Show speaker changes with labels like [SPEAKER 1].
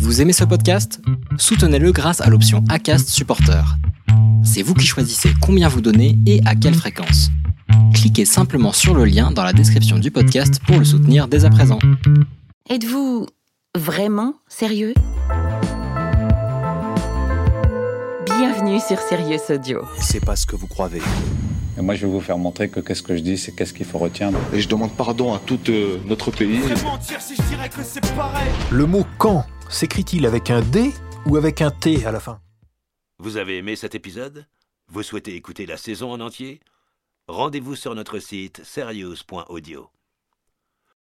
[SPEAKER 1] Vous aimez ce podcast Soutenez-le grâce à l'option ACAST Supporter. C'est vous qui choisissez combien vous donnez et à quelle fréquence. Cliquez simplement sur le lien dans la description du podcast pour le soutenir dès à présent.
[SPEAKER 2] Êtes-vous vraiment sérieux Bienvenue sur Sérieux Audio.
[SPEAKER 3] C'est pas ce que vous croyez.
[SPEAKER 4] Et moi, je vais vous faire montrer que qu'est-ce que je dis, c'est qu'est-ce qu'il faut retenir.
[SPEAKER 5] Et je demande pardon à tout euh, notre pays.
[SPEAKER 6] Le mot quand s'écrit-il avec un D ou avec un T à la fin
[SPEAKER 7] Vous avez aimé cet épisode Vous souhaitez écouter la saison en entier Rendez-vous sur notre site serious.audio.